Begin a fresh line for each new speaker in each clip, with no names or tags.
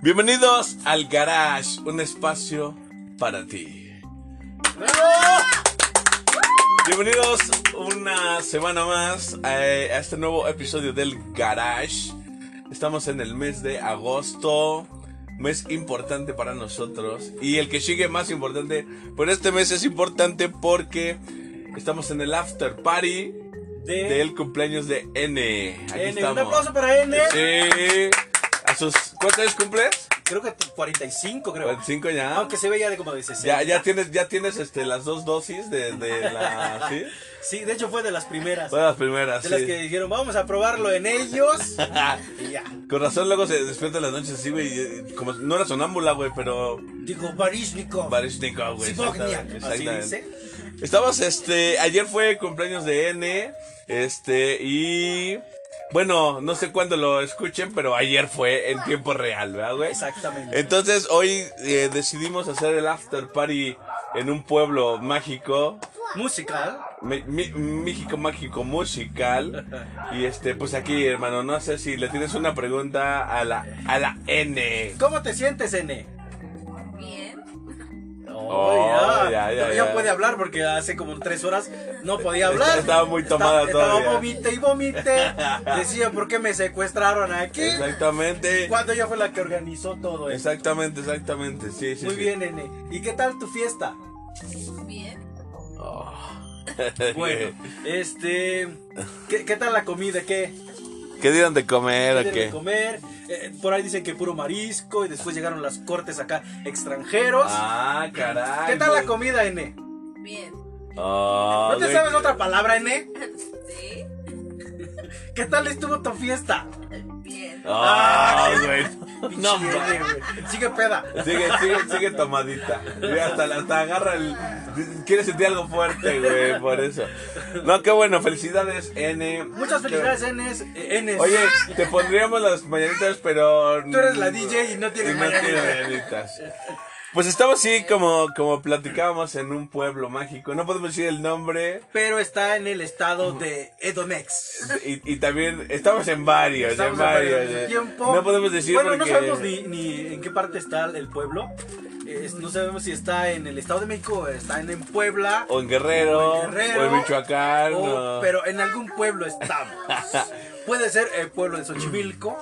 Bienvenidos al Garage, un espacio para ti. Bienvenidos una semana más a, a este nuevo episodio del Garage. Estamos en el mes de agosto, mes importante para nosotros y el que sigue más importante, pero este mes es importante porque estamos en el after party
De,
del cumpleaños de N. Aquí
N.
estamos.
Un aplauso para N.
Sí. A sus, ¿Cuántos años cumples?
Creo que t- 45, creo.
45 ya.
Aunque se ve ya de como de 60.
Ya, ya tienes, ya tienes este, las dos dosis de, de la. ¿Sí?
Sí, de hecho fue de las primeras.
Fue las primeras,
de las
sí.
que dijeron, vamos a probarlo en ellos. y ya.
Con razón luego se despierta en las noches así, güey. y- y Como no era sonámbula, güey, pero.
Dijo Barishnikov.
Barishnikov, güey.
Sibogniak.
exactamente,
Así
exactamente.
dice.
Estamos, este, ayer fue cumpleaños de N, este, y bueno, no sé cuándo lo escuchen, pero ayer fue en tiempo real, ¿verdad, güey?
Exactamente.
Entonces, hoy eh, decidimos hacer el after party en un pueblo mágico,
Musical.
me- mi- México mágico musical, y este, pues aquí, hermano, no sé si le tienes una pregunta a la, a la N.
¿Cómo te sientes, N?
Bien.
Oh,
Ay,
ya, ya,
Todavía
ya.
puede hablar porque hace como tres horas no podía hablar.
Está- estaba muy tomada
Estaba-
todavía.
Estaba vomite y vomite. Decía, ¿por qué me secuestraron aquí?
Exactamente.
Cuando ella fue la que organizó todo esto.
Exactamente, exactamente, sí, sí.
Muy
sí.
bien, Nene. ¿Y qué tal tu fiesta?
Bien.
Bueno, este. ¿qué, qué tal la comida? ¿Qué?
¿Qué dieron de comer
¿Qué
o
de
qué?
comer? Eh, por ahí dicen que puro marisco y después llegaron las cortes acá extranjeros.
Ah, caray.
¿Qué tal la
güey.
comida, Nene?
Bien.
Ah,
¿No te
güey.
sabes otra palabra, Nene?
Sí.
¿Qué tal estuvo tu fiesta?
Bien.
Ah, güey. No,
Pinche
ma-
Nene, güey. Sigue peda.
Sigue, sigue, sigue tomadita. Güey, hasta, la- hasta agarra el. Quiere sentir algo fuerte, güey, por eso. No, qué bueno, felicidades, N.
Muchas felicidades, Enes. Eh, Enes.
Oye, te pondríamos las mañanitas, pero.
Tú eres la DJ y no
Y
tienes
no
mañana.
tiene mañanitas. Pues estamos así como, como platicábamos en un pueblo mágico. No podemos decir el nombre.
Pero está en el estado de Edomex.
Y, y también estamos en varios,
Estamos
en
en
varios.
varios
eh.
tiempo.
No podemos decir
Bueno,
porque-
no sabemos ni, ni en qué parte está el pueblo. Eh, no sabemos si está en el Estado de México, está en, en Puebla,
O en Guerrero, o en,
Guerrero,
Michoacán.
o-
o-
pero en algún pueblo estamos. Puede ser el pueblo de Xochimilco,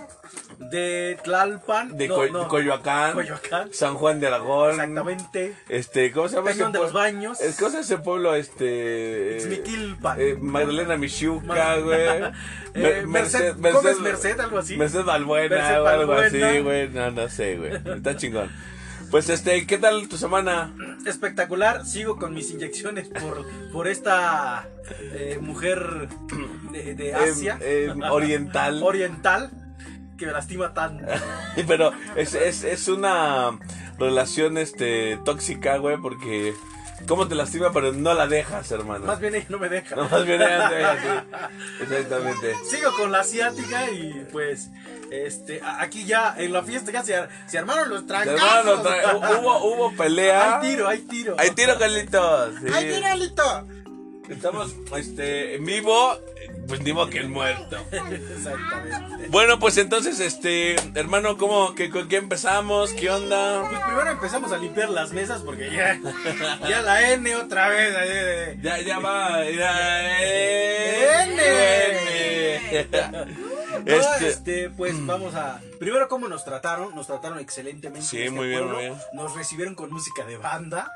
de Tlalpan,
de
no,
Co-
no,
Coyoacán,
Coyoacán.
San Juan de Aragón.
exactamente.
Este, ¿cómo se llama
Peñón de
pue-
los Baños.
Es cosa ese pueblo, este. eh,
Ixmiquilpan.
eh, Magdalena Michuca,
Mar-
güey.
Eh,
Mer-
Merced- Gómez Merced, algo así.
Merced Balbuena,
Merced
o algo
Balbuena.
así, güey. No, no sé, güey. Está chingón. Pues este, ¿qué tal tu semana?
espectacular. Sigo con mis inyecciones por, por esta eh, mujer de, de Asia.
Em, em, oriental.
Oriental. Que me lastima tanto.
Pero es, es, es una relación este tóxica, güey, porque cómo te lastima, pero no la dejas, hermano.
Pues, Más bien ella no me deja.
No, más bien ella te deja, sí. Exactamente.
Sigo con la asiática y pues este a- aquí ya en la fiesta ya se, ar- se armaron los trancazos.
Hermano, tra- hu- hubo, hubo pelea.
Hay tiro, hay tiro.
Hay tiro, Carlitos. sí.
Hay tiro, Alito.
Estamos este, en vivo, pues ni modo que el muerto.
Exactamente.
Bueno, pues entonces, este, hermano, ¿cómo, que, con qué empezamos? ¿Qué
Pues
onda?
primero empezamos a limpiar las mesas porque ya, ya la N otra vez. ahí de-
Ya, ya va. ya, eh,
N.
N.
No, este...
Este,
pues vamos a. Primero, ¿cómo nos trataron? Nos trataron excelentemente.
Sí,
en este
muy bien,
pueblo.
muy bien.
Nos recibieron con música de banda.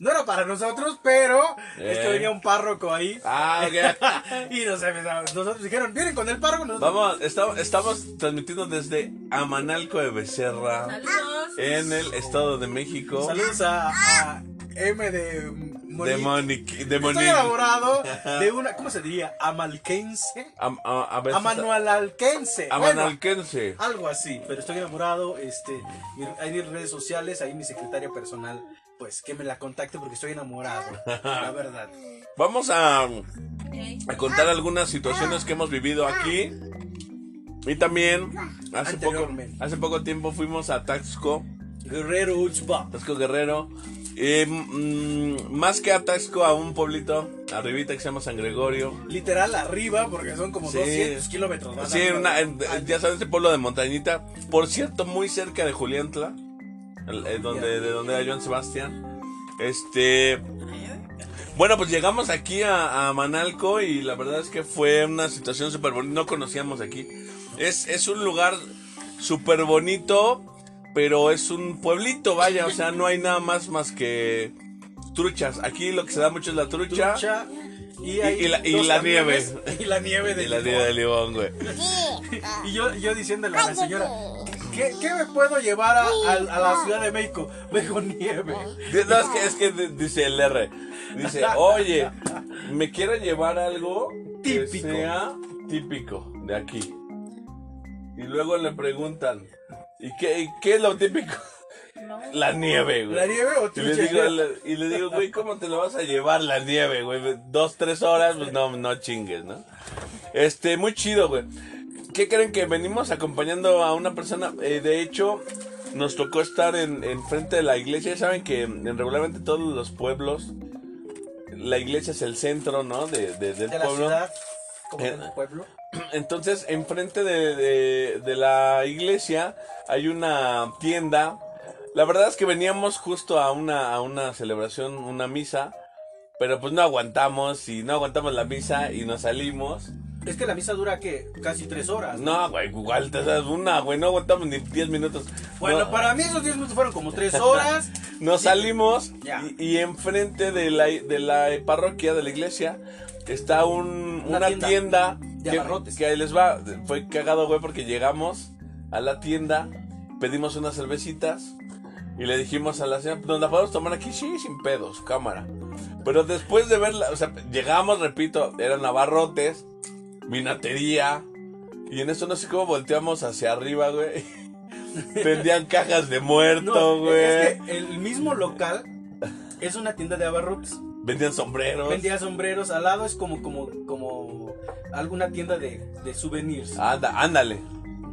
No era para nosotros, pero es
Eh.
que venía un párroco ahí.
ah, ok.
y nos empezaron. Nosotros dijeron, vienen con el párroco. Nosotros,
Vamos, estamos, estamos transmitiendo desde Amanalco de Becerra,
Saludos.
en el Estado de México.
Saludos a, a M de Monique.
De Monique. De
Estoy
Monique.
enamorado de una. ¿Cómo se diría? Amalquense.
Am- a- a veces-
Amanualalquense. Bueno,
Amanalquense.
Algo así, pero estoy enamorado, este, mi- hay mis redes sociales, ahí mi secretaria personal, pues que me la contacte porque estoy enamorado, la verdad.
Vamos a,
Ok.
a contar algunas situaciones que hemos vivido aquí. Y también, hace poco,
Anteriormente.
hace poco tiempo fuimos a Taxco,
Guerrero Uchba.
Taxco Guerrero. Eh, mm, más que Atasco a un pueblito arribita que se llama San Gregorio.
Literal arriba, porque son como
Sí.
200 kilómetros. más
Sí,
arriba.
una- en-
Ay,
ya sabes, ese pueblo de montañita. Por cierto, muy cerca de Juliantla, el- eh, donde, de donde era Joan Sebastián. Este. Bueno, pues llegamos aquí a, a Manalco y la verdad es que fue una situación súper bonita. No conocíamos aquí. Es, es un lugar súper bonito, pero es un pueblito, vaya. O sea, no hay nada más más que truchas. Aquí lo que se da mucho es la trucha.
trucha, y,
Y-
hay
y la- y
dos
la
camiones, Y la nieve de
Y la nieve de León, güey.
Y yo, yo diciéndole a la señora, ¿qué, qué me puedo llevar a, a- a la Ciudad de México? Me dijo nieve.
Di- No, es que, es que di- dice el R. Dice, oye, me quiero llevar algo que
Típico.
sea típico de aquí. Y luego le preguntan, ¿y qué, y qué es lo típico? La nieve, güey.
¿La nieve o
Y le,
trucha?
digo, le- y le digo, güey, ¿cómo te lo vas a llevar la nieve, güey? Dos, tres horas, pues no, no chingues, ¿no? Este, muy chido, güey. ¿Qué creen que venimos acompañando a una persona? Eh, de hecho, nos tocó estar en, en frente de la iglesia. Ya saben que en, regularmente todos los pueblos, la iglesia es el centro, ¿no? De, de- del
de la
pueblo.
ciudad, como
Eh,
del pueblo.
Entonces, enfrente de, de- de la iglesia hay una tienda. La verdad es que veníamos justo a una, a una celebración, una misa, pero pues no aguantamos y no aguantamos la misa y nos salimos.
Es que la misa dura, ¿qué? Casi tres horas.
No, güey, igual te das una, güey, no aguantamos ni 10 minutos.
Bueno,
No.
para mí esos 10 minutos fueron como tres horas.
Nos salimos
Ya.
y, y enfrente de la, de la parroquia, de la iglesia, está un-
Una
una,
tienda
tienda,
de
que,
abarrotes.
que ahí les va. Fue cagado, güey, porque llegamos a la tienda, pedimos unas cervecitas y le dijimos a la señora, ¿nos la podemos tomar aquí? Sí, sin pedos, cámara. Pero después de verla, o sea, llegamos, repito, eran abarrotes, vinatería, y en eso no sé cómo volteamos hacia arriba, güey. Vendían cajas de muerto,
No,
güey.
es que el mismo local es una tienda de abarrotes.
Vendían sombreros.
Vendía sombreros al lado, es como, como, como alguna tienda de, de souvenirs.
Anda, ándale.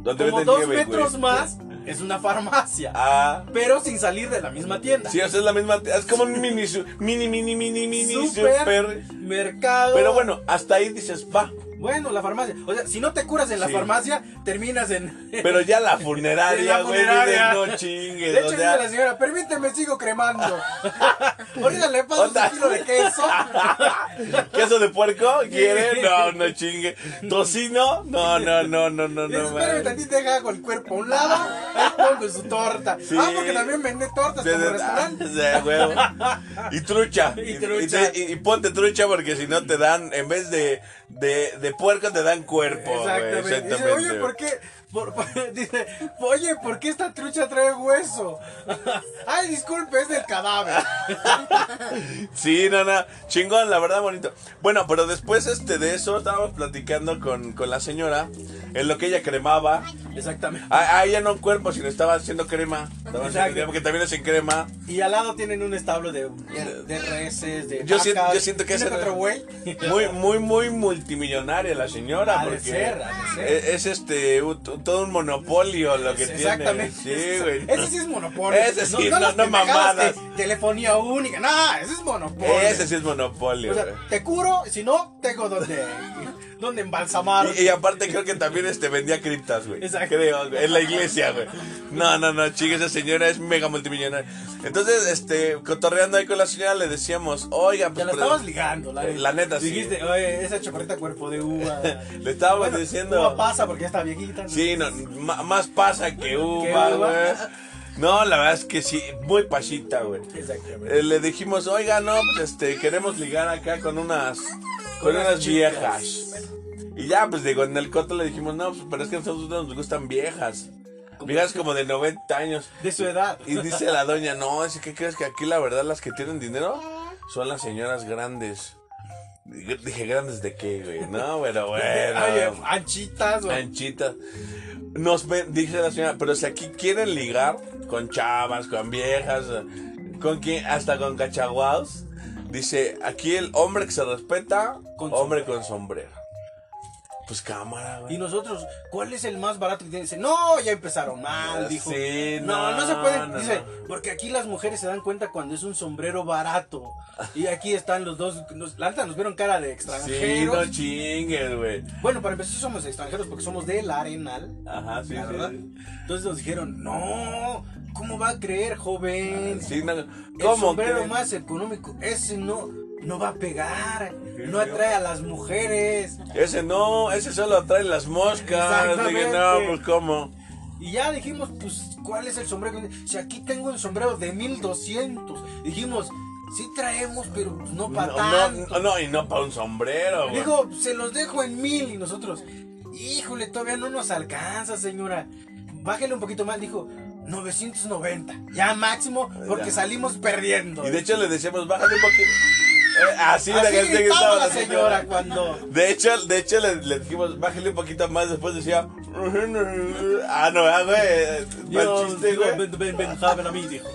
Donde
como
venden
dos
nieve,
metros
güey.
más es una farmacia,
Ah.
pero sin salir de la misma tienda.
Sí, o sea, es la misma. Es como un mini, su- mini, mini, mini, mini,
Súper.
super.
Mercado.
Pero bueno, hasta ahí dices, va.
Bueno, la farmacia. O sea, si no te curas en la
Sí.
farmacia, terminas en.
Pero ya la
La
funeraria, güey.
funeraria.
dices, No chingues.
De hecho,
o
dice
sea,
la señora, permíteme, sigo cremando. Ahorita le paso
Otra.
un kilo de queso.
¿Queso de puerco? ¿Quiere? No, no chingue. ¿Tocino? No, no, no, no, no,
Dice,
no.
espérame
man.
tantito, deja con el cuerpo a un lado. Ahí pongo su torta.
Sí.
Ah, porque también vende tortas
Sí,
como
sí,
restaurante.
ah, sí, a huevo. Y trucha.
Y
Y,
trucha.
y- y ponte trucha porque si no te dan, en vez de, de, de puerco, te dan cuerpo. güey,
Exactamente. Dice, oye,
exactamente.
¿por qué? Por- por- dice, oye, ¿por qué esta trucha trae hueso? Ay, disculpe, es del cadáver.
Sí, no, no, chingón, la verdad bonito. Bueno, pero después este de eso estábamos platicando con, con la señora, en lo que ella cremaba.
Exactamente.
A, a ella no un cuerpo, sino estaba haciendo crema. Estaba haciendo
Exacto.
crema, porque también hacen crema.
Y al lado tienen un establo de, de, de reses, de
Yo siento-
vacas.
yo siento que
Tienen
ese-
otro güey.
Muy, muy, muy multimillonaria la señora.
Ha de
porque
ser, ha de ser.
Es, es, este, un- todo un monopolio lo que tiene.
Exactamente.
Sí, güey.
Ese sí es monopolio.
Ese sí, no-
las
no
pendejadas
mamadas.
de Telefonía única. No, ese es monopolio.
Ese sí es monopolio,
O sea,
güey.
te curo, si no, tengo donde, donde embalsamar.
Y, y aparte creo que también este vendía criptas, güey.
Exacto.
Creo, güey, en la iglesia, güey. No, no, no, chica, esa señora es mega multimillonaria. Entonces, este, cotorreando ahí con la señora le decíamos, oiga,
Ya
pues...
la
pero-
estabas ligando, la,
La neta, sí.
Dijiste, oye, esa chocolate cuerpo de uva.
Le estábamos diciendo-
Uva pasa porque ya está viejita. ¿no?
Sí, no, ma- más pasa que uva,
uva.
güey. No, la verdad es que sí, muy pasita, güey.
Exactamente.
Eh, le dijimos, oiga, no, pues este, queremos ligar acá con unas, con
Con unas
unas
chicas.
viejas. Y ya, pues digo, en el coto le dijimos, no, pues, pero es que a nosotros nos gustan viejas. Viejas como de 90 años.
De su edad.
Y dice la doña, no, es que crees que aquí la verdad las que tienen dinero son las señoras grandes. Digo- Dije, ¿grandes de qué, güey? No, pero
Oye,
bueno.
anchitas, güey.
Anchitas. Nos ve- dice la señora, pero si aquí quieren ligar con chavas, con viejas, con quien, hasta con cachaguados, dice, aquí el hombre que se respeta,
Con
hombre con sombrero. Pues cámara,
Y
güey.
nosotros, ¿cuál es el más barato que tiene? Dice, no, ya empezaron mal,
Ah,
dijo.
sí,
no,
no,
no, se puede.
no,
dice,
no.
porque aquí las mujeres se dan cuenta cuando es un sombrero barato. Y aquí están los dos, nos, la neta nos vieron cara de
Sí,
extranjeros.
no chingues, güey.
Bueno, para empezar somos extranjeros porque somos del Arenal.
Ajá, sí,
la
sí,
verdad.
sí.
Entonces nos dijeron, no, ¿cómo va a creer, joven?
Ah, Sí, no.
el
¿Cómo?
sombrero
que?
más económico, ese no, no va a pegar, no atrae a las mujeres.
Ese no, ese solo atrae las moscas. Dije, no,
Exactamente.
pues cómo.
Y ya dijimos, pues, ¿cuál es el sombrero? Si aquí tengo el sombrero de 1200. Dijimos, sí traemos, pero pues, no para
No,
tanto.
no, no, y no para un sombrero, güey.
Digo, se los dejo en mil y nosotros, híjole, todavía no nos alcanza, señora. Bájale un poquito más, dijo, 990. Ya máximo, porque
Ya.
salimos perdiendo.
Y de hecho le decíamos, bájale un poquito. Eh, así, la
Así
gente
gritaba la señora cuando...
De hecho, de hecho le, le dijimos, bájale un poquito más, después decía, ah, no, ah, güey, mal chiste,
digo,
güey,
ven, ven, ven, joven, a mí, dijo.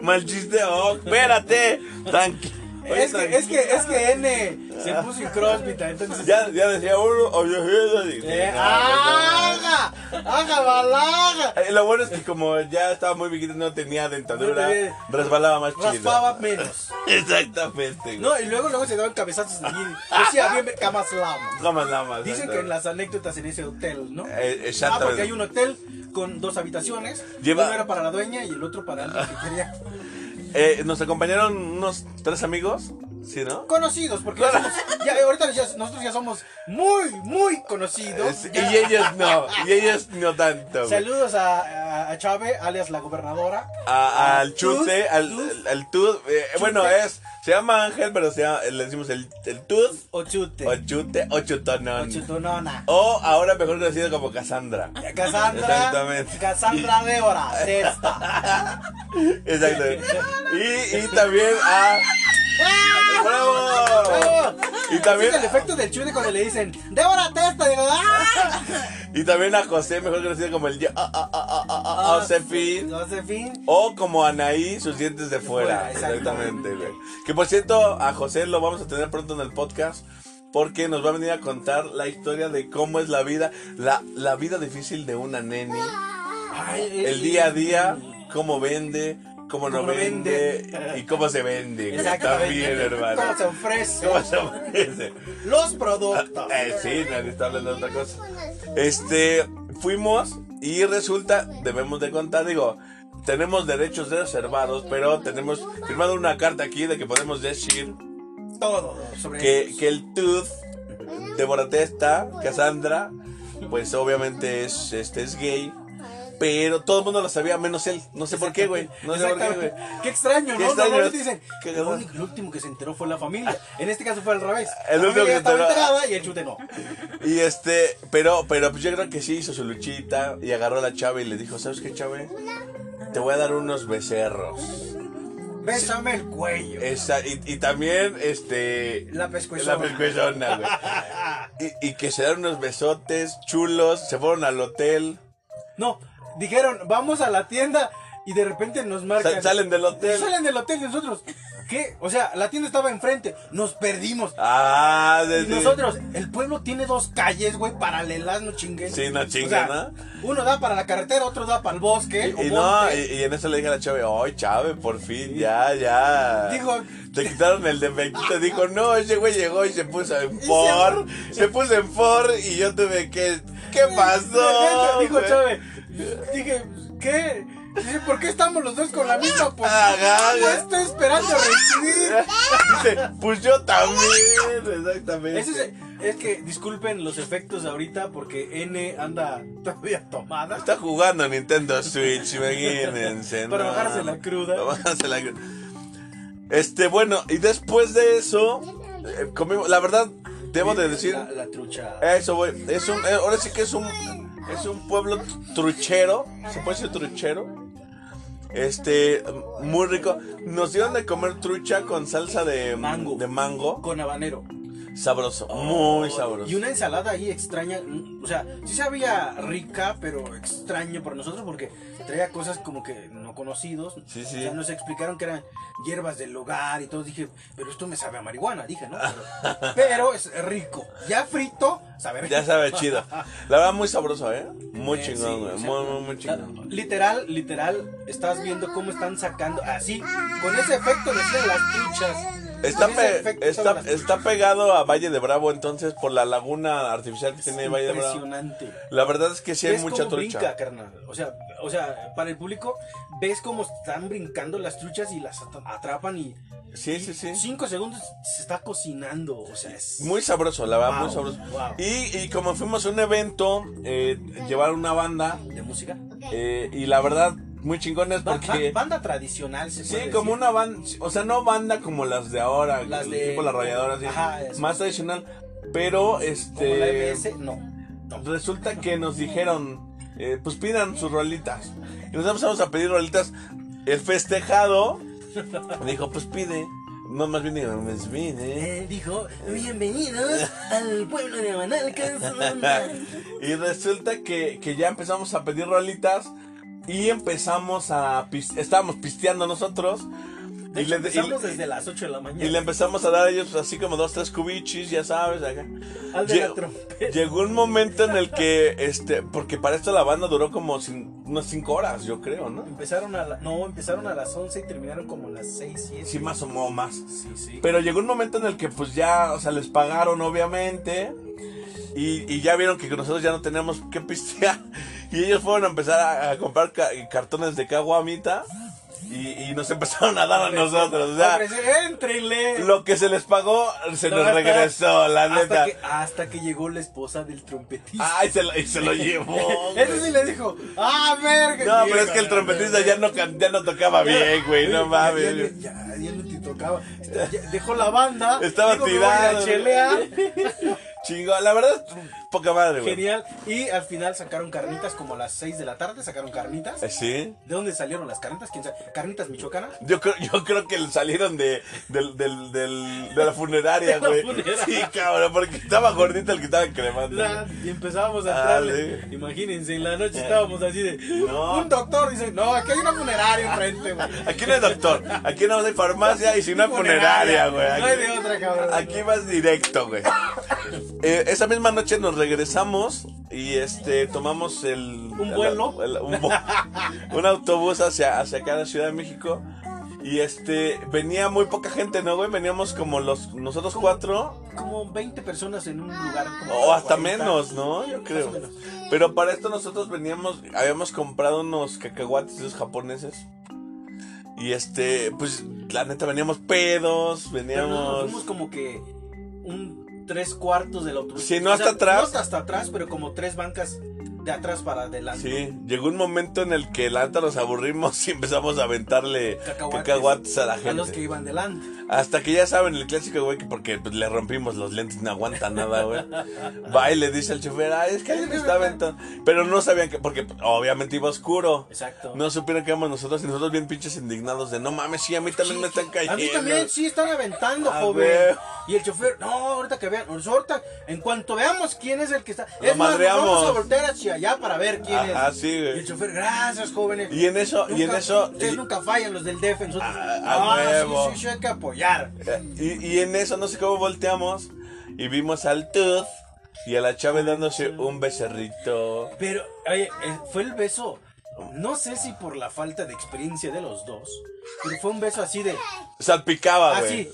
mal chiste, oh, espérate, tranqui. Oye,
Es que,
tranqui-
es que, es que N se puso en crossfit, entonces...
Ya, ya decía uno, oye, oye, oye, no,
Eh,
no,
¡Haga! ¡Haga, balaga!
no. Eh, Lo bueno es que como ya estaba muy viejito, no tenía dentadura,
No tenía-
resbalaba más chido.
Raspaba menos.
Exactamente, güey.
No, y luego, luego se daban cabezazos. Y decía bien camas lama.
Jamás nada más.
Dicen
exacto.
que en las anécdotas en ese hotel, ¿no?
Eh,
Ah,
exactamente.
porque hay un hotel con dos habitaciones.
Lleva-
Uno era para la dueña y el otro para alguien que quería.
Eh, nos acompañaron unos tres amigos, ¿sí, no?
Conocidos, porque ya somos- ya, ahorita ya- nosotros ya somos muy, muy conocidos.
Eh,
Ya-
Y ellos no, y ellos no tanto. güey.
Saludos a, a- a Chave, alias la gobernadora.
A- al chute,
Tut,
al, al,
Tut,
al tud, eh, bueno, es, se llama Ángel, pero se llama- le decimos el, el tud,
O chute.
o chute, o
O
chutonón.
chutonona.
O ahora mejor conocido como Cassandra.
Cassandra,
Exactamente.
Cassandra de hora, sexta.
Exacto. Y, y también a... ¡Bravo! Y también,
Ese es el efecto del chute cuando le dicen, Débora Testa, digo, ¡ah!
y también a José, mejor conocido como el... yo- ah, ah, ah, ah, ah, ah, Josefín.
Josefín.
O como Anaí, sus dientes de fuera.
fuera, exactamente.
Exactamente, güey. Que por cierto, a José lo vamos a tener pronto en el podcast. Porque nos va a venir a contar la historia de cómo es la vida, la, la vida difícil de una neni. El día a día, cómo vende, cómo no
Cómo no
vende,
vende.
y cómo se vende. güey.
Exactamente.
También, hermano.
¿Cómo se ofrece?
¿Cómo se ofrece?
Los productos.
Eh, sí, nadie está hablando de otra cosa. Este, fuimos y resulta, debemos de contar, digo, tenemos derechos reservados, pero tenemos firmado una carta aquí de que podemos decir
Todo sobre
que,
ellos.
que el Tooth, Deborah Testa, Cassandra, pues obviamente es, este, es gay, pero todo el mundo lo sabía, menos él. No sé por qué, güey. No sé por qué, güey.
Exactamente. Qué extraño, ¿no?
Qué extraño.
Normalmente dicen
Qué
lo,
verdad.
único- lo último que se enteró fue la familia. En este caso fue al revés.
El
la
último que
familia estaba
enteró-
enterada y el chute no.
Y este, pero, pero pues yo creo que sí hizo su luchita y agarró a la chava y le dijo, ¿sabes qué, chave? Te voy a dar unos becerros.
Bésame el cuello.
Esa- y, y también, este...
La pescuezona.
Eh, La pescuezona, güey. Y, y que se dieron unos besotes chulos, se fueron al hotel,
No, dijeron, vamos a la tienda y de repente nos marcan.
Sal- salen del hotel.
Salen del hotel y nosotros, ¿qué? O sea, la tienda estaba enfrente, nos perdimos.
Ah,
Y
desde...
nosotros, el pueblo tiene dos calles, güey, paralelas, no chinguen.
Sí, no chinguen, ¿no?
Uno da para la carretera, otro da para el bosque. o
Y no, y,
monte.
y en eso le dije a la chave, ¡ay, chave, por fin, ya, ya!
Dijo-
Te quitaron el defectito, dijo, no, ese güey llegó y se puso en
se-
por, se, puso en por y yo tuve que, ¿qué pasó?
Dijo
güey?
Chávez. Dije, ¿qué? Dice, ¿por qué estamos los dos con la misma
Ah,
posición?
Ajá,
Yo
güey.
estoy esperando recibir.
Dice, pues yo también, exactamente.
Ese es, es que disculpen los efectos ahorita porque N anda todavía tomada.
Está jugando Nintendo Switch, imagínense.
Para
¿no?
bajarse la cruda.
Para bajarse la cruda. Este, bueno, y después de eso, eh, comimos, la verdad, debo de decir,
La, la trucha.
Eso, güey. Es un, eh, ahora sí que es un, es un pueblo truchero. ¿Se puede decir truchero? Este, muy rico. Nos dieron de comer trucha con salsa de
Mango.
De mango.
Con habanero.
Sabroso, muy sabroso.
Y una ensalada ahí extraña. mm, O sea, sí sabía rica, pero extraño para nosotros porque traía cosas como que no conocidos.
Sí, sí.
O sea, nos explicaron que eran hierbas del lugar y todo. Dije, pero esto me sabe a marihuana, dije, ¿no? Pero, pero es rico. Ya frito, saber.
Ya sabe, chido. La verdad, muy sabroso, ¿eh? Muy
Eh,
chingón,
sí,
güey.
o sea,
muy, muy, muy chingón.
Literal, literal, estás viendo cómo están sacando, así, con ese efecto de hacer las truchas.
Está,
Con ese
pe-
efecto
está,
de las
está pegado a Valle de Bravo, entonces, por la laguna artificial que
truchas.
tiene Valle de Bravo.
Impresionante.
La verdad es que sí hay
¿Ves
mucha
cómo
trucha.
brinca, carnal? O sea, o sea, para el público, ves cómo están brincando las truchas y las at- atrapan y
Sí, sí, sí.
cinco segundos se está cocinando. O sea, es
Muy sabroso, la verdad,
Wow,
muy sabroso.
wow.
Y, y como fuimos a un evento, eh, llevaron una banda,
de música.
eh, y la verdad, muy chingones
Ba-
porque...
ba- banda tradicional, se
Sí,
puede
como
decir.
una banda, o sea, no banda como las de ahora,
Las
el
de-
tipo las rayadoras, sí,
Ajá, eso.
más tradicional, pero
Como la
este
MS, no.
resulta que nos dijeron, eh, pues pidan sus rolitas. Y nos empezamos a pedir rolitas. El festejado dijo, pues pide. No, más bien dijo, pues pide.
Eh, dijo, bienvenidos al pueblo de Aguanalcas.
y resulta que, que ya empezamos a pedir rolitas y empezamos a... pis- Estábamos pisteando nosotros.
De hecho,
le-
empezamos desde las 8 de la mañana.
Y le empezamos a dar a ellos así como dos, tres cubichis, ya sabes, acá.
Al de
Lle-
la trompeta.
Llegó un momento en el que, este, porque para esto la banda duró como cin- unas cinco horas, yo creo, ¿no?
Empezaron a la- no, empezaron a las 11 y terminaron como a las 6, 7.
Sí, más o mo- más.
sí, sí.
Pero llegó un momento en el que pues ya, o sea, les pagaron obviamente. Y, y ya vieron que nosotros ya no teníamos que pistear. Y ellos fueron a empezar a, a comprar ca- cartones de caguamita. Y, y nos empezaron a dar a nosotros. O sea,
¡Éntrenle!
lo que se les pagó se
No,
nos
hasta-
regresó, la neta.
hasta que, hasta que llegó la esposa del trompetista.
Ay, se lo, y se lo llevó. güey.
Ese sí le dijo, ¡ah, verga!
No, pero es que el trompetista ya no, can- ya no tocaba bien, güey, no
Ya,
mames. güey.
ya- ya no te tocaba. Este, ya dejó la banda.
Estaba
dijo, "Me voy a
tirado".
chelear.
Chingo, la verdad, poca madre, güey.
Genial. Y al final sacaron carnitas como a las 6 de la tarde. Sacaron carnitas.
Eh, ¿Sí?
¿De dónde salieron las carnitas? ¿Quién sabe? ¿Carnitas michoacanas?
Yo creo, yo creo que salieron de, del, del, del- de la funeraria,
De la
güey.
funeraria.
Sí, cabrón, porque estaba gordito el que estaba cremando. güey.
Y empezábamos a
Ah,
entrarle.
sí.
Imagínense, en la noche estábamos así de.
No.
Un doctor dice: No, aquí hay una funeraria enfrente, güey.
Aquí no hay doctor, aquí no hay farmacia y si no hay funeraria, güey.
No hay de otra, cabrón.
Aquí vas directo, güey. Eh, esa misma noche nos regresamos y este tomamos el
¿Un vuelo?
el- el- un, vo- un autobús hacia hacia acá la Ciudad de México y este venía muy poca gente, no, güey. Veníamos como los nosotros cuatro
Como 20 personas en un lugar. como
o hasta
40.
menos, ¿no? Yo
Más
creo.
o menos.
Pero para esto nosotros veníamos, habíamos comprado unos cacahuates de los japoneses. Y este, pues la neta veníamos pedos,
Pero no, nos
veníamos...
fuimos como que un tres cuartos del autobús.
Sí, no hasta atrás.
No hasta atrás, pero como tres bancas de atrás para adelante.
Sí, llegó un momento en el que la neta nos aburrimos y empezamos a aventarle
Cacahuates.
cacahuates, a la
A los
gente.
que iban delante.
Hasta que ya saben el clásico, güey, que porque pues, le rompimos los lentes, no aguanta nada, güey. Va y le dice al chofer, "Ay, es que alguien me está aventando. Pero no sabían que, porque obviamente iba oscuro.
Exacto.
No supieron que éramos nosotros y nosotros bien pinches indignados de no mames, sí, a mí también me están cayendo.
A mí también, sí, están aventando,
Ah,
joven.
güey.
Y el chofer, no, ahorita que vean, ahorita, en cuanto veamos quién es el que está.
Lo
es más, nos
madreamos.
vamos a voltear hacia allá para ver quién
Ajá,
es.
sí,
y
güey.
el chofer, gracias, jóvenes.
Y en eso, y en
Nunca-
eso.
Ustedes
y-
nunca fallan los del DF. Nosotros,
Ah, a
"Ah, sí,
huevo.
sí, sí, hay que apoyar.
Y, y en eso no sé cómo volteamos y vimos al Tooth y a la chave
Ah,
dándose un becerrito.
Pero, oye, eh, fue el beso. No sé si por la falta de experiencia de los dos, pero fue un beso así de.
Salpicaba, Ah, güey.
Así.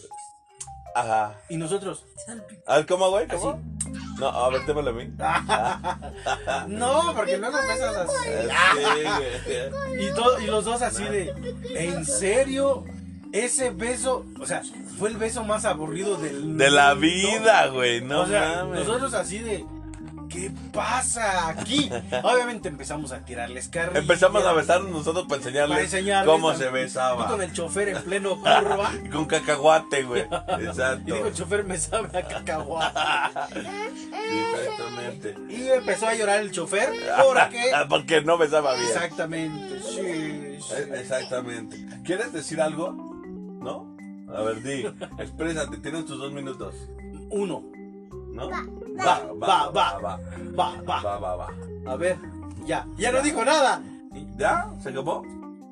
Ajá.
Y nosotros.
A ver, ¿cómo, güey?
Ah,
¿Cómo? No, a ver, témelo a mí.
No, porque luego besas
Eh,
así.
Sí, güey.
Y, to- y los dos así de. ¿En serio? Ese beso. O sea, fue el beso más aburrido del.
De la
mundo.
vida, güey. No
o sea,
mames.
nosotros así de. ¿Qué pasa aquí? Obviamente empezamos a tirarles carne.
Empezamos a besarnos nosotros para enseñarles,
Para enseñarles
cómo
también.
se
Tú con
besaba.
el chofer en pleno curva.
Y con cacahuate, güey.
Y digo,
Exacto.
el chofer me sabe a cacahuate.
Exactamente.
Y empezó a llorar el chofer porque...
Ah, Porque no besaba bien.
Exactamente, sí,
Eh,
sí.
Exactamente. ¿Quieres decir algo? ¿No? A ver, di. Exprésate, tienes tus dos minutos.
Uno,
¿No?
Va, va, va,
va,
va, va.
va, va, va.
A ver, ya, ya no dijo nada.
¿Ya? ¿Se acabó?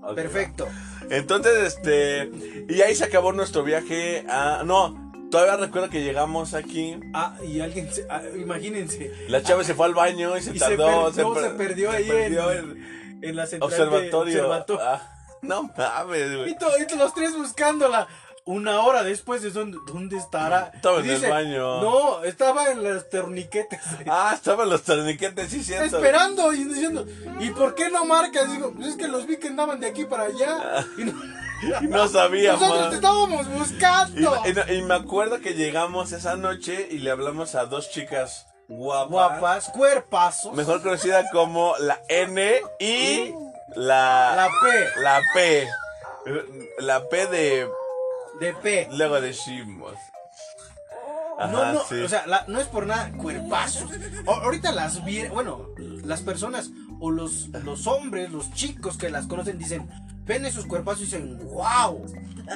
Ok,
Perfecto.
va. Entonces, este. Y ahí se acabó nuestro viaje a. No. Todavía recuerdo que llegamos aquí.
Ah, y alguien, se- ah, imagínense,
La chava se fue al baño y se
Y se
tardó.
per- no, se perdió ahí
perdió
en-
en
en la central de
observatorio.
observato-
Ah, no mames,
Y,
güey.
to- y los tres buscándola. Una hora después es donde, ¿dónde estará?
Mm, Estaba en el baño.
No, estaba en las torniquetes.
Ah, estaban los torniquetes, sí,
Está
cierto.
esperando y diciendo, ¿y por qué no marcas? Digo, "Pues es que los vi que andaban de aquí para
Ah.
allá. Y no-
Y no sabíamos.
nosotros te estábamos
Y,
buscando.
y no- y me acuerdo que llegamos esa noche y le hablamos a dos chicas guapas.
Guapas, cuerpazos.
Mejor conocida como la N y
La
la,
P,
la P. La P de.
de P.
Luego decimos.
No,
Ajá,
no,
sí.
o sea, la- no es por nada, cuerpazos. O- ahorita las vi, bueno, las personas o los, los hombres, los chicos que las conocen dicen, ven esos cuerpazos y dicen, wow,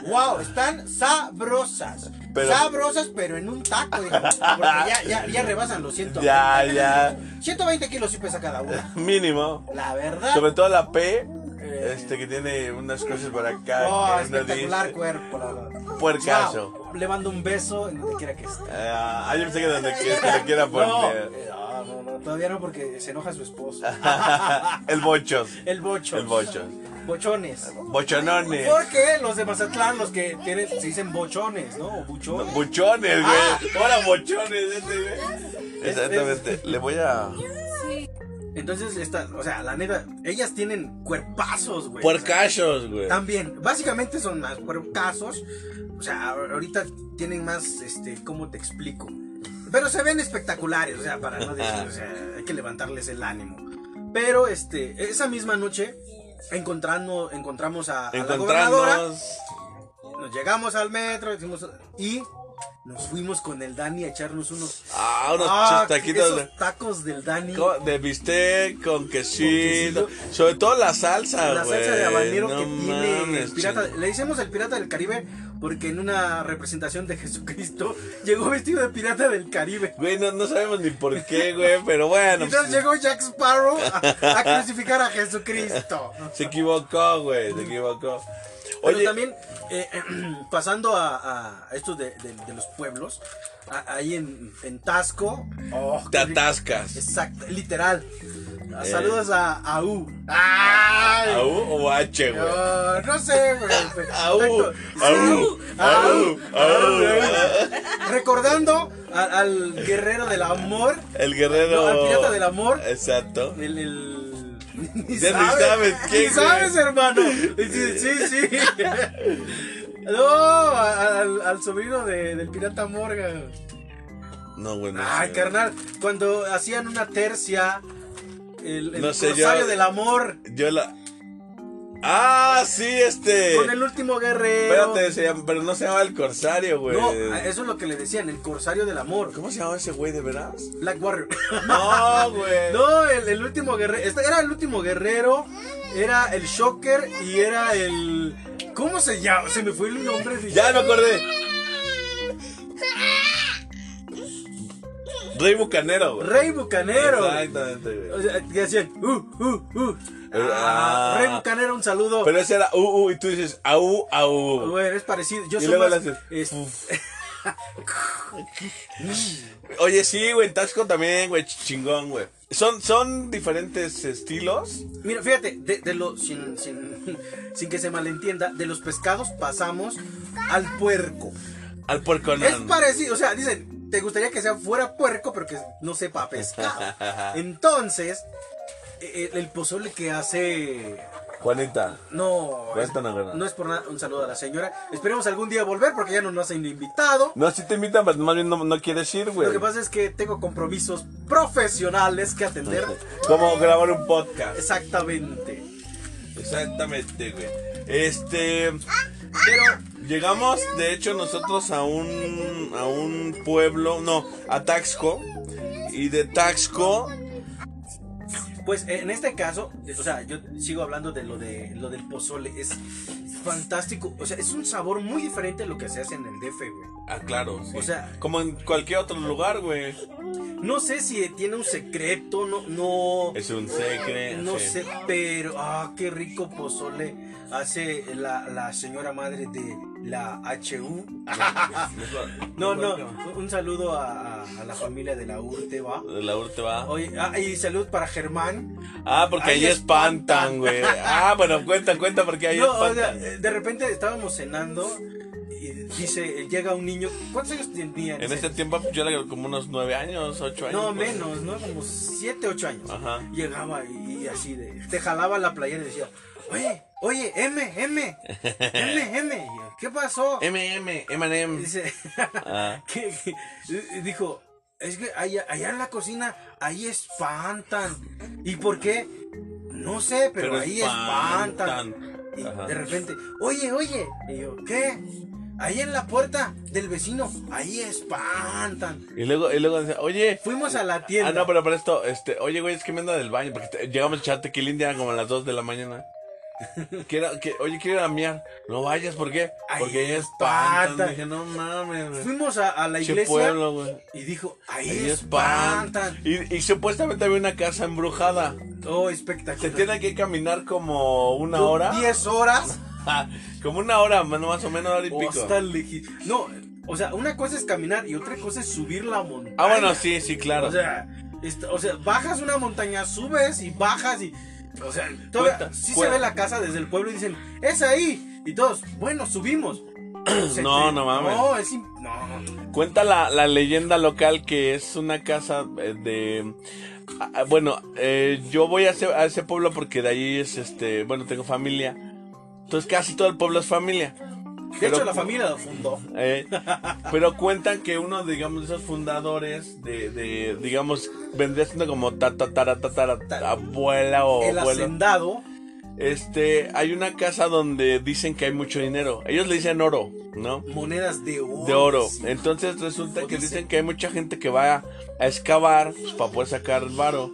wow, están sabrosas.
Pero-
sabrosas, pero en un taco, dijo, porque ya, ya, ya rebasan los 120.
Ya, ya.
120 kilos sí pesa cada una.
Mínimo.
La verdad.
Sobre todo la P. Este que tiene unas cosas por acá.
Oh,
que uno
Eh. espectacular
dice.
cuerpo, la verdad.
Puercazo.
Wow. Le mando un beso en donde quiera que esté.
Ah, yo pensé que donde quiera, que le quiera
No,
poner.
eh, no, no, no, todavía no porque se enoja su esposo.
El bochos.
El bocho.
El bochos.
Bochones.
Bochonones.
Porque los de Mazatlán, los que tienen, se dicen bochones, ¿no? O buchones.
Buchones,
Ah.
güey. Ahora bochones, este, güey.
Es-
Exactamente. Le voy a.
Entonces, estas, o sea, la neta, ellas tienen cuerpazos, güey.
Puercachos, güey.
También, básicamente son más casos. O sea, ahor- ahorita tienen más, este, ¿cómo te explico? Pero se ven espectaculares, o sea, para no decir, o sea, hay que levantarles el ánimo. Pero, este, esa misma noche, encontrando, encontramos a, a la gobernadora,
Encontrarnos.
nos llegamos al metro, hicimos- y nos fuimos con el Dani a echarnos unos,
Ah, unos
Ah,
taquitos. de-
esos tacos del Dani.
Co- De bistec con quesito.
Con
Sobre todo la salsa,
La
Ah, güey.
salsa de habanero
No
que tiene el
mames,
pirata. Le decimos el pirata del Caribe porque en una representación de Jesucristo llegó vestido de pirata del Caribe.
Güey, no, no sabemos ni por qué, güey, pero bueno.
Entonces
pues,
llegó Jack Sparrow a, a crucificar a Jesucristo.
Se equivocó, güey, se equivocó.
Pero
Oye,
también, eh, pasando a, a estos de, de- de los pueblos, a- ahí en, en Tasco. Oh,
te
qué rico.
atascas.
Exacto, literal. Ah,
Eh.
Saludos a AU. ¡Ay!
¿A U o H, güey?
Ah, no sé, güey.
Au,
Perfecto.
au,
Sí,
au,
au,
au.
au. Recordando a- al guerrero del amor,
El guerrero.
No, al pirata del amor.
Exacto.
el. el... Ni
Ya ni sabes quién, güey.
Ni sabes, hermano. Sí, sí. sí. No, a- al, al sobrino de- del pirata Morgan.
No, güey. no
Ay,
sé.
carnal, cuando hacían una tercia, el, el
No sé,
corsario
yo-
del amor,
Yo la. Ah, sí, este.
con el último guerrero.
Espérate, pues. se llama- pero no se llama el corsario, güey.
No, eh, eso es lo que le decían, el corsario del amor.
¿Cómo se llama ese güey de veras?
Black Warrior.
No, güey.
No, el, el último guerrero. Este era el último guerrero. Era el Shocker y era el. ¿Cómo se llama? Se me fue el nombre. de-
Ya me acordé. Rey Bucanero, güey.
Rey Bucanero.
Exactamente,
O
güey.
sea, que hacían. Uh, uh, uh.
Eh,
Ah,
ah.
Rey Bucanero, un saludo.
Pero ese era uh, uh, y tú dices au, au.
Bueno, es parecido. Yo
Y
soy
luego
más-
le haces,
es-
Oye, sí, güey, en Tasco también, güey, ch- chingón, güey. Son, son diferentes estilos.
Mira, fíjate, de, de lo, sin, sin, sin que se malentienda, de los pescados pasamos al puerco.
Al puerco
Es
nan.
parecido, o sea, dicen, te gustaría que sea fuera puerco, pero que no sepa pescado. Entonces, eh, el, pozole que hace.
Juanita.
No.
Pues
es-
esto no, ¿verdad?
no es por nada. Un saludo a la señora. Esperemos algún día volver porque ya no nos han invitado.
No, si te invitan, pero más bien no, no quieres ir, güey.
Lo que pasa es que tengo compromisos profesionales que atender.
Como grabar un podcast.
Exactamente.
Exactamente, güey. Este.
Pero
Llegamos, de hecho, nosotros a un, a un pueblo, no, a Taxco. Y de Taxco,
Pues en este caso, o sea, yo sigo hablando de lo de lo del pozole, es fantástico, o sea, es un sabor muy diferente a lo que se hace en el DF, güey.
ah, claro, sí.
O sea-
como en cualquier otro lugar, güey.
No sé si tiene un secreto, no no
Es un secreto.
no sé, pero ah, qué rico pozole hace la, la señora madre de la HU.
Ah, Mejor.
No, no, un saludo a, a- a la familia de la URTE, va.
La urte va.
Oye, ah, y salud para Germán.
Ah, porque
Ahí
ahí espantan, güey. Ah, bueno, cuenta, cuenta, porque ahí
No, o sea,
espantan.
de repente estábamos cenando y dice, llega un niño, ¿cuántos años tenía?
en este tiempo yo era como unos nueve años, ocho años.
No,
pues.
menos, ¿no? Como 7, 8 años.
Ajá.
Llegaba y, y así de. Te jalaba la playera y decía, oye, oye, M, M, M, M. Y yo, ¿Qué pasó?
MM, M&M.
Dice,
Ah.
que, que- dijo, es que allá, allá en la cocina, ahí espantan. ¿Y por qué? No sé, pero,
Pero
ahí
espantan.
espantan. Y
Ajá.
de repente, oye, oye. Y yo, ¿qué? Ahí en la puerta del vecino, ahí espantan.
Y luego, y luego decía, oye.
Fuimos a la tienda.
Ah, no, pero para esto, este, oye, güey, es que me anda del baño, porque te- llegamos a echar tequila indiana como a las 2 de la mañana. Quiero, que, oye, quiero ir a miar. No vayas, ¿por qué?
Ay,
Porque ahí espantan.
espantan.
Dije, no mames, güey.
Fuimos a, a la
Che
iglesia
pueblo, güey.
y dijo, ahí,
Ahí espantan.
espantan.
Y, y supuestamente había una casa embrujada.
Oh,
Se
espectacular.
tiene que caminar como una hora.
10 horas.
Ah, como una hora, mano, más o menos, hora y
O
pico.
hasta leji- No, o sea, una cosa es caminar y otra cosa es subir la montaña.
Ah, bueno, sí, sí, claro.
O sea, esta- o sea, bajas una montaña, subes y bajas y. O sea, todavía
Cuenta,
sí
cuenta.
se ve la casa desde el pueblo y dicen, es ahí. Y todos, bueno, subimos. Se
No,
te-
no mames.
No, es. im- No.
Cuenta la, la leyenda local que es una casa eh, de... ah, ah, Bueno, eh, yo voy a ese, a ese pueblo porque de ahí es, este, bueno, tengo familia. Entonces casi todo el pueblo es familia.
De
Pero-
hecho, la familia lo fundó.
Eh, pero cuentan que uno, digamos, de esos fundadores de, de, digamos, vendría siendo como ta, ta, tara, ta, tara,
Ta-
Oh, abuela o
el
abuelo.
hacendado.
Este, hay una casa donde dicen que hay mucho dinero. Ellos le dicen oro, ¿no?
Monedas de oro.
de oro.
sí.
Entonces resulta
O
que
dice-
dicen que hay mucha gente que va a, a excavar pues, para poder sacar el varo.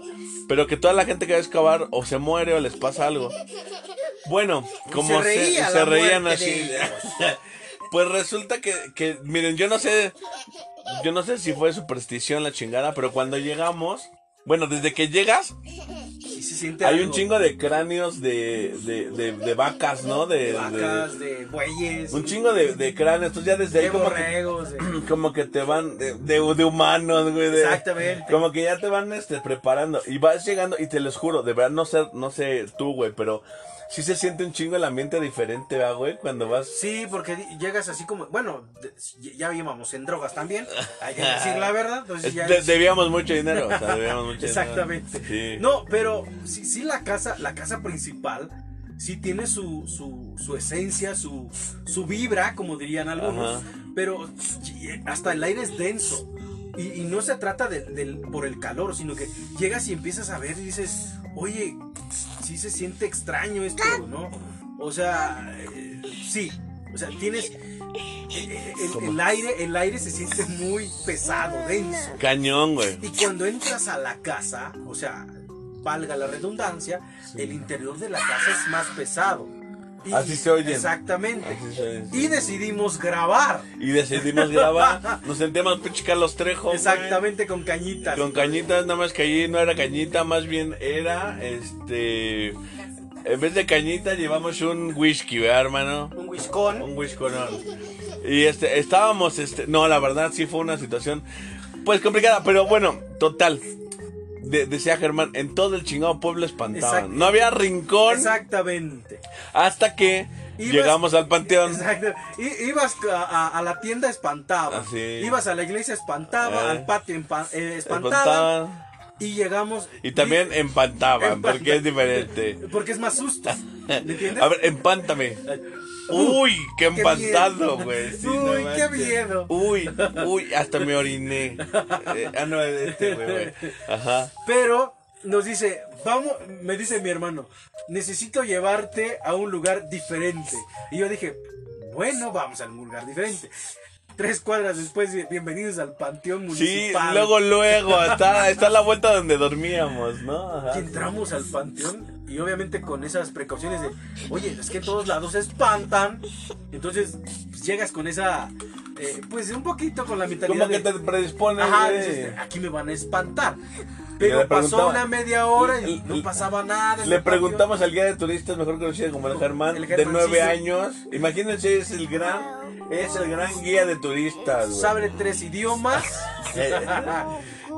Pero que toda la gente que va a excavar o se muere o les pasa algo. Bueno, como se,
reía
se
la
reían
muerte de
así.
ellos.
pues resulta que, que, miren, yo no sé, yo no sé si fue superstición la chingada, pero cuando llegamos, bueno, desde que llegas,
Y se siente
hay
algo.
un chingo de cráneos de, de, de- de vacas, ¿no? De,
de
de-
vacas, de bueyes.
un chingo de, de cráneos. Entonces ya desde ahí
de
como que-
borregos. de-
como que te van de, de, de humanos, güey. de-
Exactamente.
Como que ya te van este, preparando. Y vas llegando, y te los juro, de verdad, no sé, no sé tú, güey, pero sí se siente un chingo el ambiente diferente, ¿va, güey, cuando vas.
Sí, porque di- llegas así como, bueno, de- ya íbamos en drogas también, hay que decir la verdad, entonces ya
Eh, De-
es-
debíamos mucho dinero, o sea, debíamos mucho dinero.
exactamente.
Sí.
No, pero sí, sí la casa, la casa principal, sí tiene su, su, su esencia, su, su vibra, como dirían algunos,
Ajá.
pero y- hasta el aire es denso. Y, y no se trata de- del- por el calor, sino que llegas y empiezas a ver y dices, oye, sí se siente extraño esto, ¿no? O sea, eh, sí. O sea, tienes eh, el, el aire, el aire se siente muy pesado, denso.
Cañón, güey.
Y cuando entras a la casa, o sea, valga la redundancia, el interior de la casa es más pesado. Y-
Así se oyen.
Exactamente.
Así se oyen, sí.
Y decidimos grabar.
Y decidimos grabar, nos sentíamos pinche Carlos Trejo. güey.
Exactamente con cañitas.
Con cañitas, nada más que allí no era cañita, más bien era este. En vez de cañita, llevamos un whisky, ¿verdad, hermano?
un whiskon.
Un whisky, no. Y este, estábamos, este. No, la verdad sí fue una situación, pues complicada, pero bueno, total. De- decía Germán, en todo el chingado pueblo espantaban.
Exacto.
No había rincón
Exactamente.
hasta que
Ibas-
llegamos al panteón.
pues, Exacto. I- ibas a, a- a la tienda espantaba.
Así.
Ibas a la iglesia espantaba,
Eh.
al patio empa- eh, espantaba.
Espantaban.
Y llegamos.
Y también empantaban,
Empanta-
porque es diferente.
Porque es más susto. ¿Me entiendes?
A ver, empántame. Uy, qué empantado, güey. Sí, no
Uh, Uy, qué
manches.
miedo.
Uy, uy, hasta me oriné. Eh, ah, no, este, güey, güey. Ajá.
Pero nos dice, vamos, me dice mi hermano, necesito llevarte a un lugar diferente. Y yo dije, bueno, vamos a un lugar diferente. Tres cuadras después, bien- bienvenidos al panteón
Sí,
municipal.
luego, luego, está, está la vuelta donde dormíamos, ¿no?
Y
Ajá.
entramos al panteón y obviamente con esas precauciones de, oye, es que en todos lados se espantan. Entonces pues, llegas con esa eh, pues un poquito con la mentalidad
¿Cómo que
de-
te predispones?
Ajá,
güey?
dices, aquí me van a espantar.
le
Pero pasó
preguntaba-
una media hora y
le-
no
le-
pasaba nada. en
Le
el patio.
preguntamos al guía de turistas, mejor conocido como el Germán,
"Ah, El
de
Germán,
nueve
sí, sí.
años. Imagínense, es el gran, es el gran guía de turistas, güey. Eh,
Sabe tres idiomas.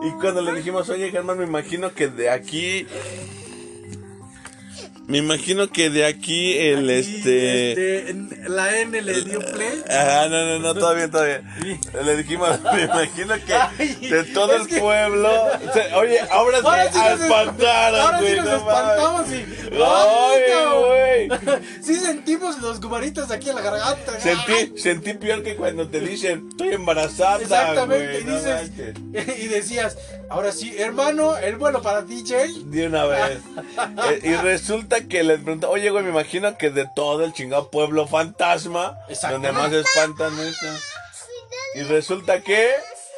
Y cuando le dijimos, oye Germán, me imagino que de aquí. Me imagino que de aquí el
Y,
este. eh,
este, en- la N le dio play.
Ajá, no, no, no, todavía, todavía. Le dijimos, me imagino que de todo
es
el
que-
pueblo. se- oye, ahora sí,
Ahora sí nos es-
espantaron,
Ahora sí
güey,
nos
no
espantamos
mames.
y.
Ay, güey.
cabrón! Sí sentimos los gubaritos aquí en la garganta.
Sentí, sentí peor que cuando te dicen, estoy embarazada.
Exactamente,
güey,
y
no
dices.
manches.
Y decías, ahora sí, hermano, el vuelo para DJ.
De una vez. Eh, y resulta que les pregunté, oye, güey, me imagino que de todo el chingado pueblo fantasma,
Exacto.
donde más espantan eso. Y resulta que,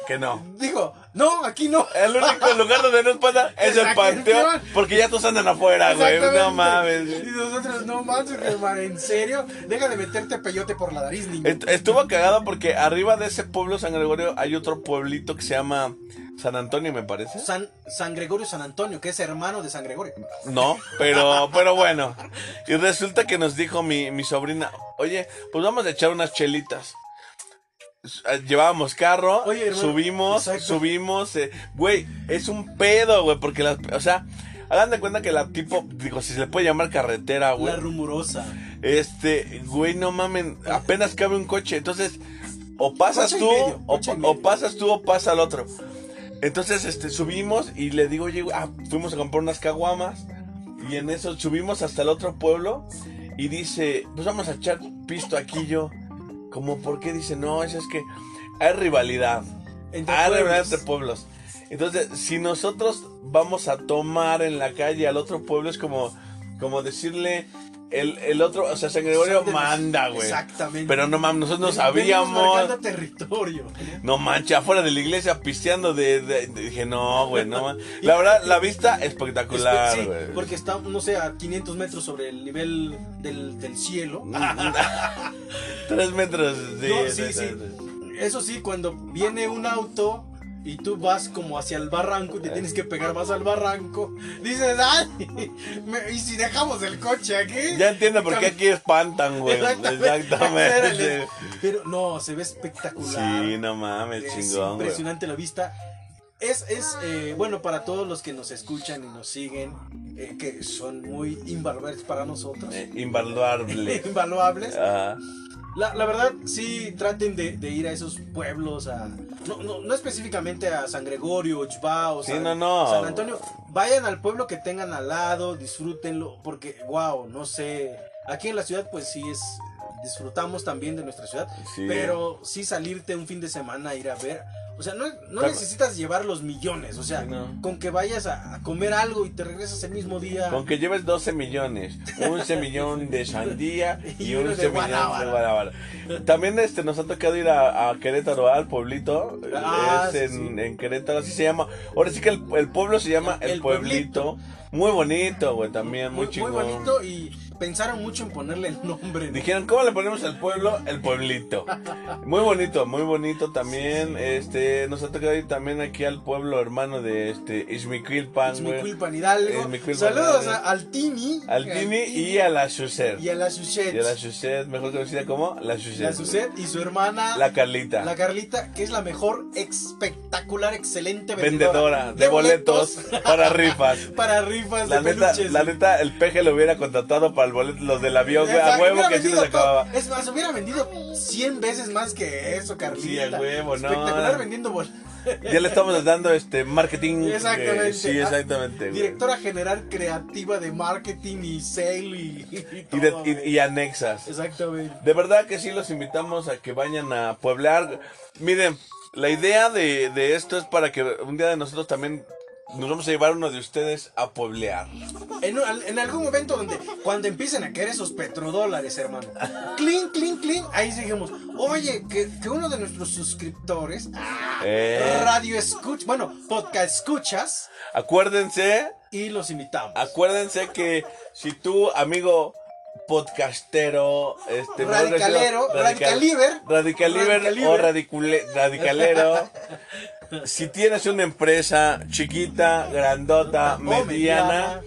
que no.
Dijo, no, aquí no.
El único lugar donde no espantan es el
Exacto.
panteón, porque ya todos andan afuera, Ah, güey. No
Exactamente.
mames.
Y nosotros, no manches, hermano, en serio, deja de meterte peyote por la nariz, niño.
Est- Estuvo cagado porque arriba de ese pueblo San Gregorio hay otro pueblito que se llama San Antonio, me parece.
San, San Gregorio San Antonio, que es hermano de San Gregorio.
No, pero, pero bueno. Y resulta que nos dijo mi, mi sobrina, oye, pues vamos a echar unas chelitas. S- eh, Llevábamos carro,
Oye, hermano,
subimos,
exacto.
subimos, eh, güey, es un pedo, güey, porque las, o sea, hagan de cuenta que la tipo, digo, si se le puede llamar carretera, güey,
La rumorosa.
este, güey, no mamen, apenas cabe un coche, entonces, o pasas
Coche y
tú,
medio,
o,
coche y
pa-
medio.
o pasas tú, o pasa el otro. Entonces, este, subimos y le digo, oye, güey, ah, fuimos a comprar unas caguamas. Y en eso subimos hasta el otro pueblo y dice, pues vamos a echar pisto aquí y yo. Como, ¿por qué? Dice, no, eso es que hay rivalidad.
Entre
hay rivalidad
pueblos.
Ah, entre pueblos. Entonces, si nosotros vamos a tomar en la calle al otro pueblo, es como, como decirle, el, el otro, o sea, San Gregorio
Exactamente.
manda, güey.
Exactamente.
Pero no mames, nosotros no
Venimos
sabíamos.
marcando territorio.
No manches, afuera de la iglesia pisteando de, de- de- dije, no, güey, no man- La verdad, la vista espectacular,
Sí,
güey.
porque está, no sé, a 500 metros sobre el nivel del, del cielo.
Tres metros de.
No,
de-
sí,
de-
sí.
de-
Eso sí, cuando viene un auto y tú vas como hacia el barranco y te tienes que pegar más al barranco, dices, ay, me- ¿y si dejamos el coche aquí?
Ya entiendo por qué aquí espantan, güey.
Exactamente.
Exactamente.
Pero no, se ve espectacular.
Sí, no mames,
Es
chingón, güey.
impresionante la vista. Es, es eh, bueno, para todos los que nos escuchan y nos siguen, eh, que son muy invaluables para nosotros.
Eh, Invaluable.
invaluables.
Ajá.
La, la verdad, sí, traten de, de ir a esos pueblos, a, no, no, no específicamente a San Gregorio, Uchba o
Sí,
San,
no, no.
San Antonio. Vayan al pueblo que tengan al lado, disfrútenlo, porque, wow, no sé. Aquí en la ciudad, pues sí, es disfrutamos también de nuestra ciudad,
Sí.
pero sí salirte un fin de semana a ir a ver. O sea, no, no
Claro.
necesitas llevar los millones, o sea,
Sí, no.
con que vayas a, a comer algo y te regresas el mismo día.
Con que lleves 12 millones, un semillón de sandía y,
Y
un
uno de
semillón de
guanábana.
guanábana. También este, nos ha tocado ir a, a Querétaro, al pueblito.
Ah,
es
sí,
en, en Querétaro, así se llama. Ahora sí que el, el pueblo se llama El,
El
pueblito. Muy bonito, güey, también, muy,
muy, muy
chingón.
bonito y pensaron mucho en ponerle el nombre. ¿no?
Dijeron, ¿cómo le ponemos al pueblo? El pueblito. Muy bonito, muy bonito también. Este, nos ha tocado ir también aquí al pueblo hermano de este Izmiquilpan, güey.
Izmiquilpan Hidalgo.
Izmiquilpan
Saludos
Hidalgo.
a- al Tini. eh,
Al Tini y a la Suser.
Y a la Suset.
Y a la Suset, mejor conocida como la Suset.
La Suset y su hermana.
La Carlita.
la Carlita, que es la mejor, espectacular, excelente vendedora,
vendedora de boletos para rifas.
para rifas
La
de
neta,
peluches.
la neta, el peje lo hubiera contratado para el boleto, los del avión, güey, a
Exacto,
huevo
hubiera
que sí
vendido
nos
todo.
acababa.
Es más, hubiera vendido 100 veces más que eso, Carlita.
Sí, a huevo, no.
Espectacular vendiendo boletos.
Ya le estamos dando este marketing. eh,
Exactamente.
sí, exactamente. güey.
Directora general creativa de marketing y sale y, y
Y, de-
todo,
y-
güey.
y anexas.
Exactamente.
De verdad que sí los invitamos a que vayan a pueblar. Miren, la idea de, de esto es para que un día de nosotros también nos vamos a llevar uno de ustedes a pueblear.
En, un- en algún momento donde cuando empiecen a caer esos petrodólares, hermano. Clean, clean, clean. Ahí dijimos, oye, que, que uno de nuestros suscriptores, ah,
Eh.
radio escucha, bueno, podcast escuchas,
Acuérdense Ah,
y los invitamos.
Acuérdense que si tú, amigo podcastero, este,
Radicalero, radicaliver.
radicaliver o
Radicaliver.
radicule- radicalero. si tienes una empresa chiquita, grandota,
O
mediana,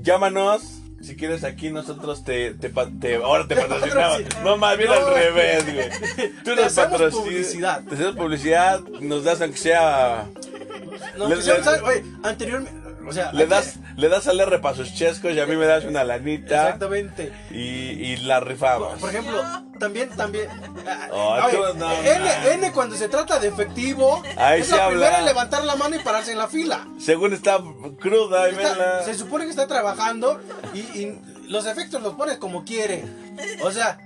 llámanos. Si quieres aquí nosotros te, te, pa- te- ahora te
Te
patrocinamos.
patrocinamos.
No más bien
No.
al revés, güey. Tú
Te
nos
hacemos
patrocinas.
publicidad.
Te hacemos publicidad, nos das aunque sea
No,
Le-
pues,
le-
¿sabes? Oye, anteriormente. O sea,
le
antes-
das le das al R para sus chescos y a mí me das una lanita
Exactamente.
y, y la rifamos.
Por ejemplo, también, también. ah,
Oh,
oye,
tú no, man.
N, N cuando se trata de efectivo,
Ahí
es
sí
la
habla.
primera en levantar la mano y pararse en la fila.
Según está cruda, y
Está-
vela.
se supone que está trabajando y, y los efectos los pones como quiere. O sea,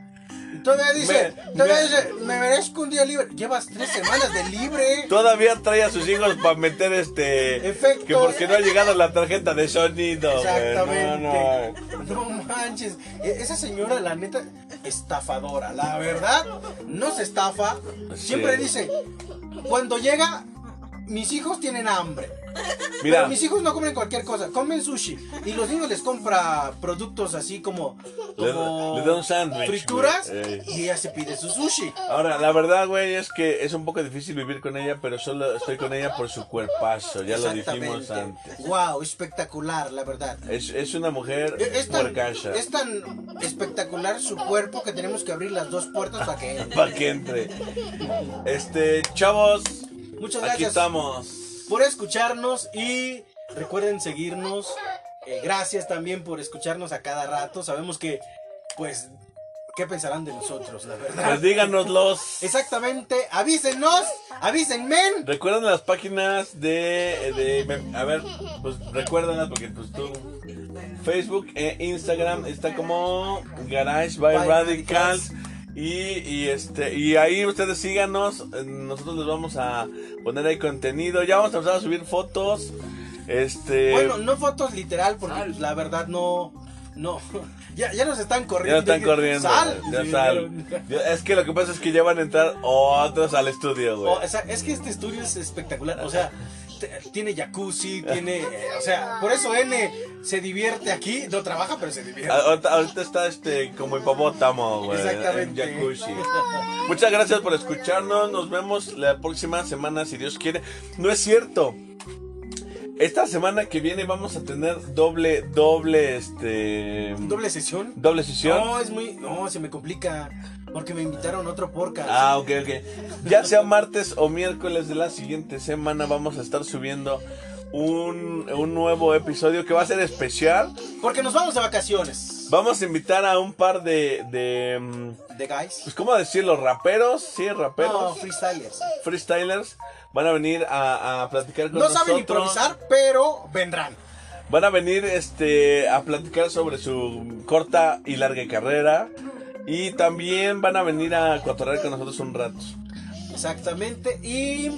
todavía dice,
Me-
todavía
me-
dice, me merezco un día libre. Llevas tres semanas de libre.
Todavía trae a sus hijos para meter este.
Efectos.
Que porque no ha llegado la tarjeta de sonido. güey.
Exactamente.
No, eh. no.
No manches. E- Esa señora, la neta, estafadora. La verdad, no se estafa.
Sí.
Siempre dice, cuando llega, mis hijos tienen hambre.
Mira,
Pero mis hijos no comen cualquier cosa, comen sushi. Y los niños les compra productos así como,
Le-
como
le da un sándwich,
frituras
güey. Ey.
y ella se pide su sushi.
ahora, la verdad, güey, es que es un poco difícil vivir con ella, pero solo estoy con ella por su cuerpazo. Ya lo dijimos antes.
Wow, espectacular, la verdad.
Es, es una mujer
E- Es tan,
puercacha.
es tan espectacular su cuerpo que tenemos que abrir las dos puertas para que entre.
Para que entre. Este, chavos.
Muchas
Aquí
gracias
estamos.
por escucharnos y recuerden seguirnos. Eh, gracias también por escucharnos a cada rato. Sabemos que, pues, ¿qué pensarán de nosotros, la verdad?
Pues díganoslos.
Exactamente, avísenos, avísenme.
¿Recuerdan las páginas de, de- me- A ver, pues recuérdalas porque pues tú... Facebook e Instagram está como Garage by
By
Radicals. Y, y, este, y ahí ustedes síganos, eh, nosotros les vamos a poner ahí contenido, ya vamos a empezar a subir fotos. Este...
Bueno, no fotos literal, porque pues, la verdad no. No, ya, ya nos están
Ya no
corriendo.
están corriendo.
Sal.
Ya sal. Ya- Es que lo que pasa es que ya van a entrar otros al estudio, güey.
O, o sea, es que este estudio es espectacular. O sea, t- tiene jacuzzi, tiene. eh, O sea, por eso N se divierte aquí. No trabaja, pero se divierte.
A- Ahorita, ahorita está este como hipopótamo, güey.
Exactamente.
en jacuzzi. Muchas gracias por escucharnos. Nos vemos la próxima semana, si Dios quiere. No es cierto. Esta semana que viene vamos a tener doble, doble, este.
¿Doble sesión?
Doble sesión.
No, es muy. No, se me complica. Porque me invitaron a otro podcast.
Ah, ok, ok. Ya sea martes o miércoles de la siguiente semana vamos a estar subiendo un, un nuevo episodio que va a ser especial.
Porque nos vamos de vacaciones.
Vamos a invitar a un par de... de mm,
¿De guys?
pues, ¿Cómo decirlo? ¿Raperos? Sí,
No,
raperos.
freestylers.
Freestylers. Van a venir a, a platicar con
No
nosotros.
saben improvisar, pero vendrán.
Van a venir este, a platicar sobre su corta y larga carrera. Y también van a venir a cotorrear con nosotros un rato.
Exactamente. Y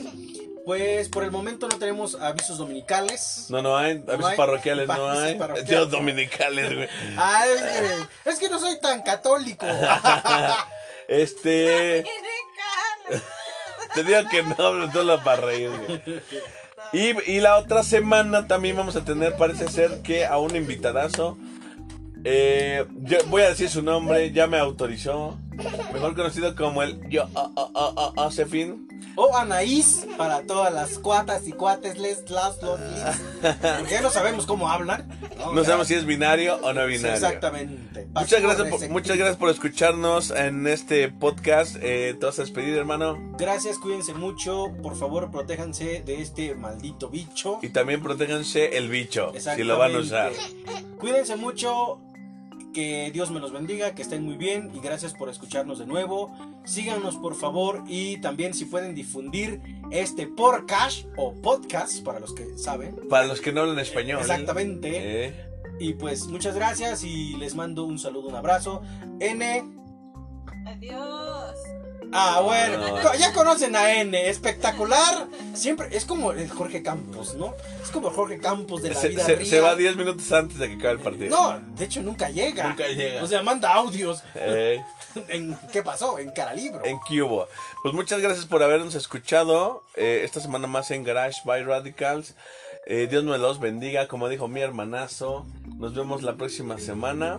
pues por el momento no tenemos avisos dominicales.
No, no hay. Avisos
hay.
parroquiales no
Avisos
hay.
parroquiales.
Dios dominicales, güey.
Ah, es que, es que no soy tan católico.
Este.
Tiene
Te digo que no, pero tú la para reír, güey. Y, y la otra semana también vamos a tener, parece ser que a un invitadazo. Eh, yo voy a decir su nombre, ya me autorizó. Mejor conocido como el yo, oh, o- o- o- o- Josefín.
O Anaís para todas las cuatas y cuates, les, las, los, les. Ya no sabemos cómo hablan.
Ah. No sabemos si es binario o no
Sí,
binario.
Exactamente.
Muchas gracias, por,
Corre,
muchas gracias por escucharnos en este podcast. Eh, te vas a despedir, hermano.
Gracias, cuídense mucho. Por favor, protéjanse de este maldito bicho.
Y también protéjanse el bicho, si
Exactamente.
lo van a usar.
Cuídense mucho. Que Dios me los bendiga, que estén muy bien y gracias por escucharnos de nuevo. Síganos por favor y también si pueden difundir este podcast o podcast para los que saben.
Para los que no hablan español.
Exactamente.
Eh.
Y pues muchas gracias y les mando un saludo, un abrazo. N.
Adiós.
Ah, bueno,
No.
co- ya conocen a N, espectacular. Siempre es como el Jorge Campos, ¿no? Es como el Jorge Campos de la
Se,
vida
se-
real.
se va 10 minutos antes de que acabe el partido.
No, de hecho nunca llega.
Nunca llega.
O sea, manda audios.
Eh,
¿En qué pasó? En cara libro.
en Cubo. Pues muchas gracias por habernos escuchado eh, esta semana más en Garage by Radicals. Eh, Dios me los bendiga, como dijo mi hermanazo. Nos vemos la próxima semana.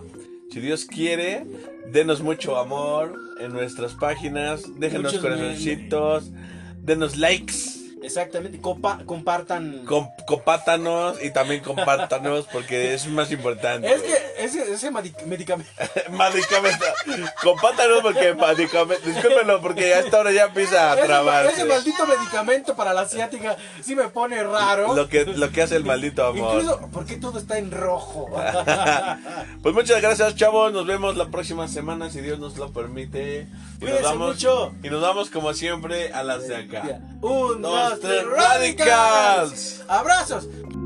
Si Dios quiere, denos mucho amor en nuestras páginas, déjenos
Muchos
corazoncitos, denos likes.
Exactamente, compa- compartan.
Com- compártanos y también compártanos porque es más importante.
es que ese, ese medi- medicamento.
Medicamento. Compártanos porque medicamento. Discúlpenlo porque a esta hora ya empieza a
ese, ma-
trabarse.
ese maldito medicamento para la asiática sí me pone raro.
Lo que, lo que hace el maldito amor.
Incluso, ¿por qué todo está en rojo?
Pues muchas gracias, chavos. Nos vemos la próxima semana, si Dios nos lo permite. Y nos
Cuídense
vamos,
mucho.
Y nos vamos, como siempre, a las de acá. Dos,
Un, dos,
tres,
tres, radicals. Abrazos.